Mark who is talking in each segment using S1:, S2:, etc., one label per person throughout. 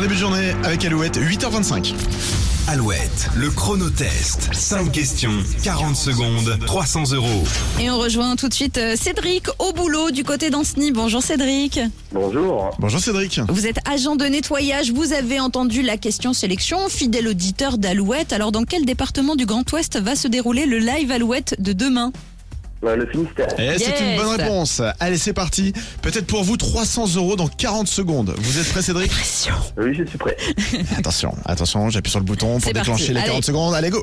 S1: début de journée avec Alouette, 8h25.
S2: Alouette, le chronotest. 5 questions, 40 secondes, 300 euros.
S3: Et on rejoint tout de suite euh, Cédric au boulot du côté d'Anceny. Bonjour Cédric.
S4: Bonjour.
S1: Bonjour Cédric.
S3: Vous êtes agent de nettoyage. Vous avez entendu la question sélection, fidèle auditeur d'Alouette. Alors dans quel département du Grand Ouest va se dérouler le live Alouette de demain
S4: Euh, Le Finistère.
S1: Eh, c'est
S3: Yes.
S1: une bonne réponse. Allez, c'est parti. Peut-être pour vous 300 euros dans 40 secondes. Vous êtes prêt, Cédric
S3: Pression.
S4: Oui, je suis prêt.
S1: Attention, attention, j'appuie sur le bouton pour
S3: C'est parti,
S1: déclencher les
S3: allez.
S1: 40 secondes. Allez, go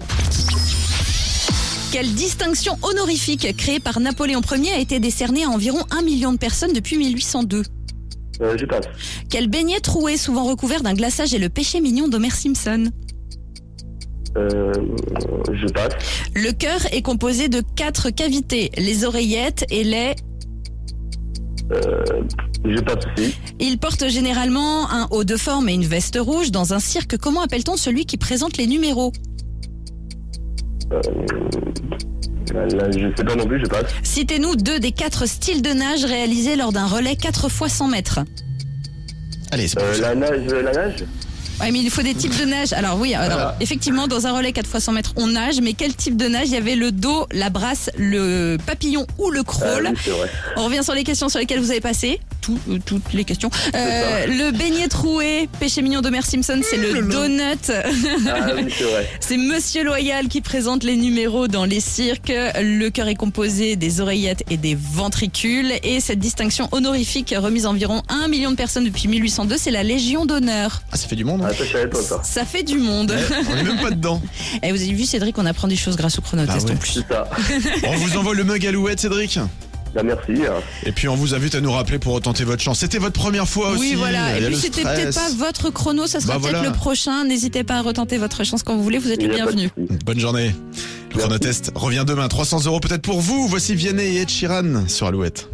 S3: Quelle distinction honorifique créée par Napoléon Ier a été décernée à environ 1 million de personnes depuis 1802
S4: Euh, je passe.
S3: Quel beignet troué souvent recouvert d'un glaçage est le péché mignon d'Homer Simpson
S4: Euh, je passe.
S3: Le cœur est composé de quatre cavités, les oreillettes et les...
S4: Euh, je passe aussi.
S3: Il porte généralement un haut de forme et une veste rouge. Dans un cirque, comment appelle-t-on celui qui présente les numéros
S4: Là, là, Euh, je sais pas non plus, je passe.
S3: Citez-nous deux des quatre styles de nage réalisés lors d'un relais 4 fois 100 mètres.
S1: Allez, c'est
S4: Euh,
S1: parti.
S4: la nage, la nage
S3: Ouais, mais il faut des types de nage. Alors oui, alors, effectivement, dans un relais 4 fois 100 mètres, on nage, mais quel type de nage Il y avait le dos, la brasse, le papillon ou le
S4: Ah
S3: crawl.
S4: oui, c'est vrai.
S3: On revient sur les questions sur lesquelles vous avez passé. Tout- euh, toutes les questions. Euh, le beignet troué, péché mignon d'Homer Simpson, c'est le donut.
S4: Ah oui, c'est vrai.
S3: C'est Monsieur Loyal qui présente les numéros dans les cirques. Le cœur est composé des oreillettes et des ventricules. Et cette distinction honorifique remise à environ 1 million de personnes depuis 1802, c'est la Légion d'honneur.
S1: Ah, ça fait du monde. hein.
S4: Ah, ça, je savais pas ça.
S3: Ça fait du monde.
S1: On est même pas dedans.
S3: Et vous avez vu, Cédric, on apprend des choses grâce au chronotest
S1: Bah ouais.
S3: en plus.
S4: C'est ça.
S1: On vous envoie le mug Alouette, Cédric.
S4: Bah, merci. hein.
S1: Et puis on vous invite à nous rappeler pour tenter votre chance. C'était votre première fois aussi.
S3: Oui,
S1: Il
S3: voilà.
S1: y
S3: Et
S1: a
S3: puis
S1: le
S3: c'était
S1: stress.
S3: peut-être pas votre chrono, ça sera
S1: Bah
S3: peut-être
S1: voilà.
S3: le prochain. N'hésitez pas à retenter votre chance quand vous voulez, vous êtes
S4: Il
S3: les
S4: y a pas de
S3: bienvenus.
S4: souci.
S1: Bonne journée. Le
S4: Merci.
S1: chronotest revient demain. 300 euros peut-être pour vous. Voici Vianney et Ed Sheeran sur Alouette.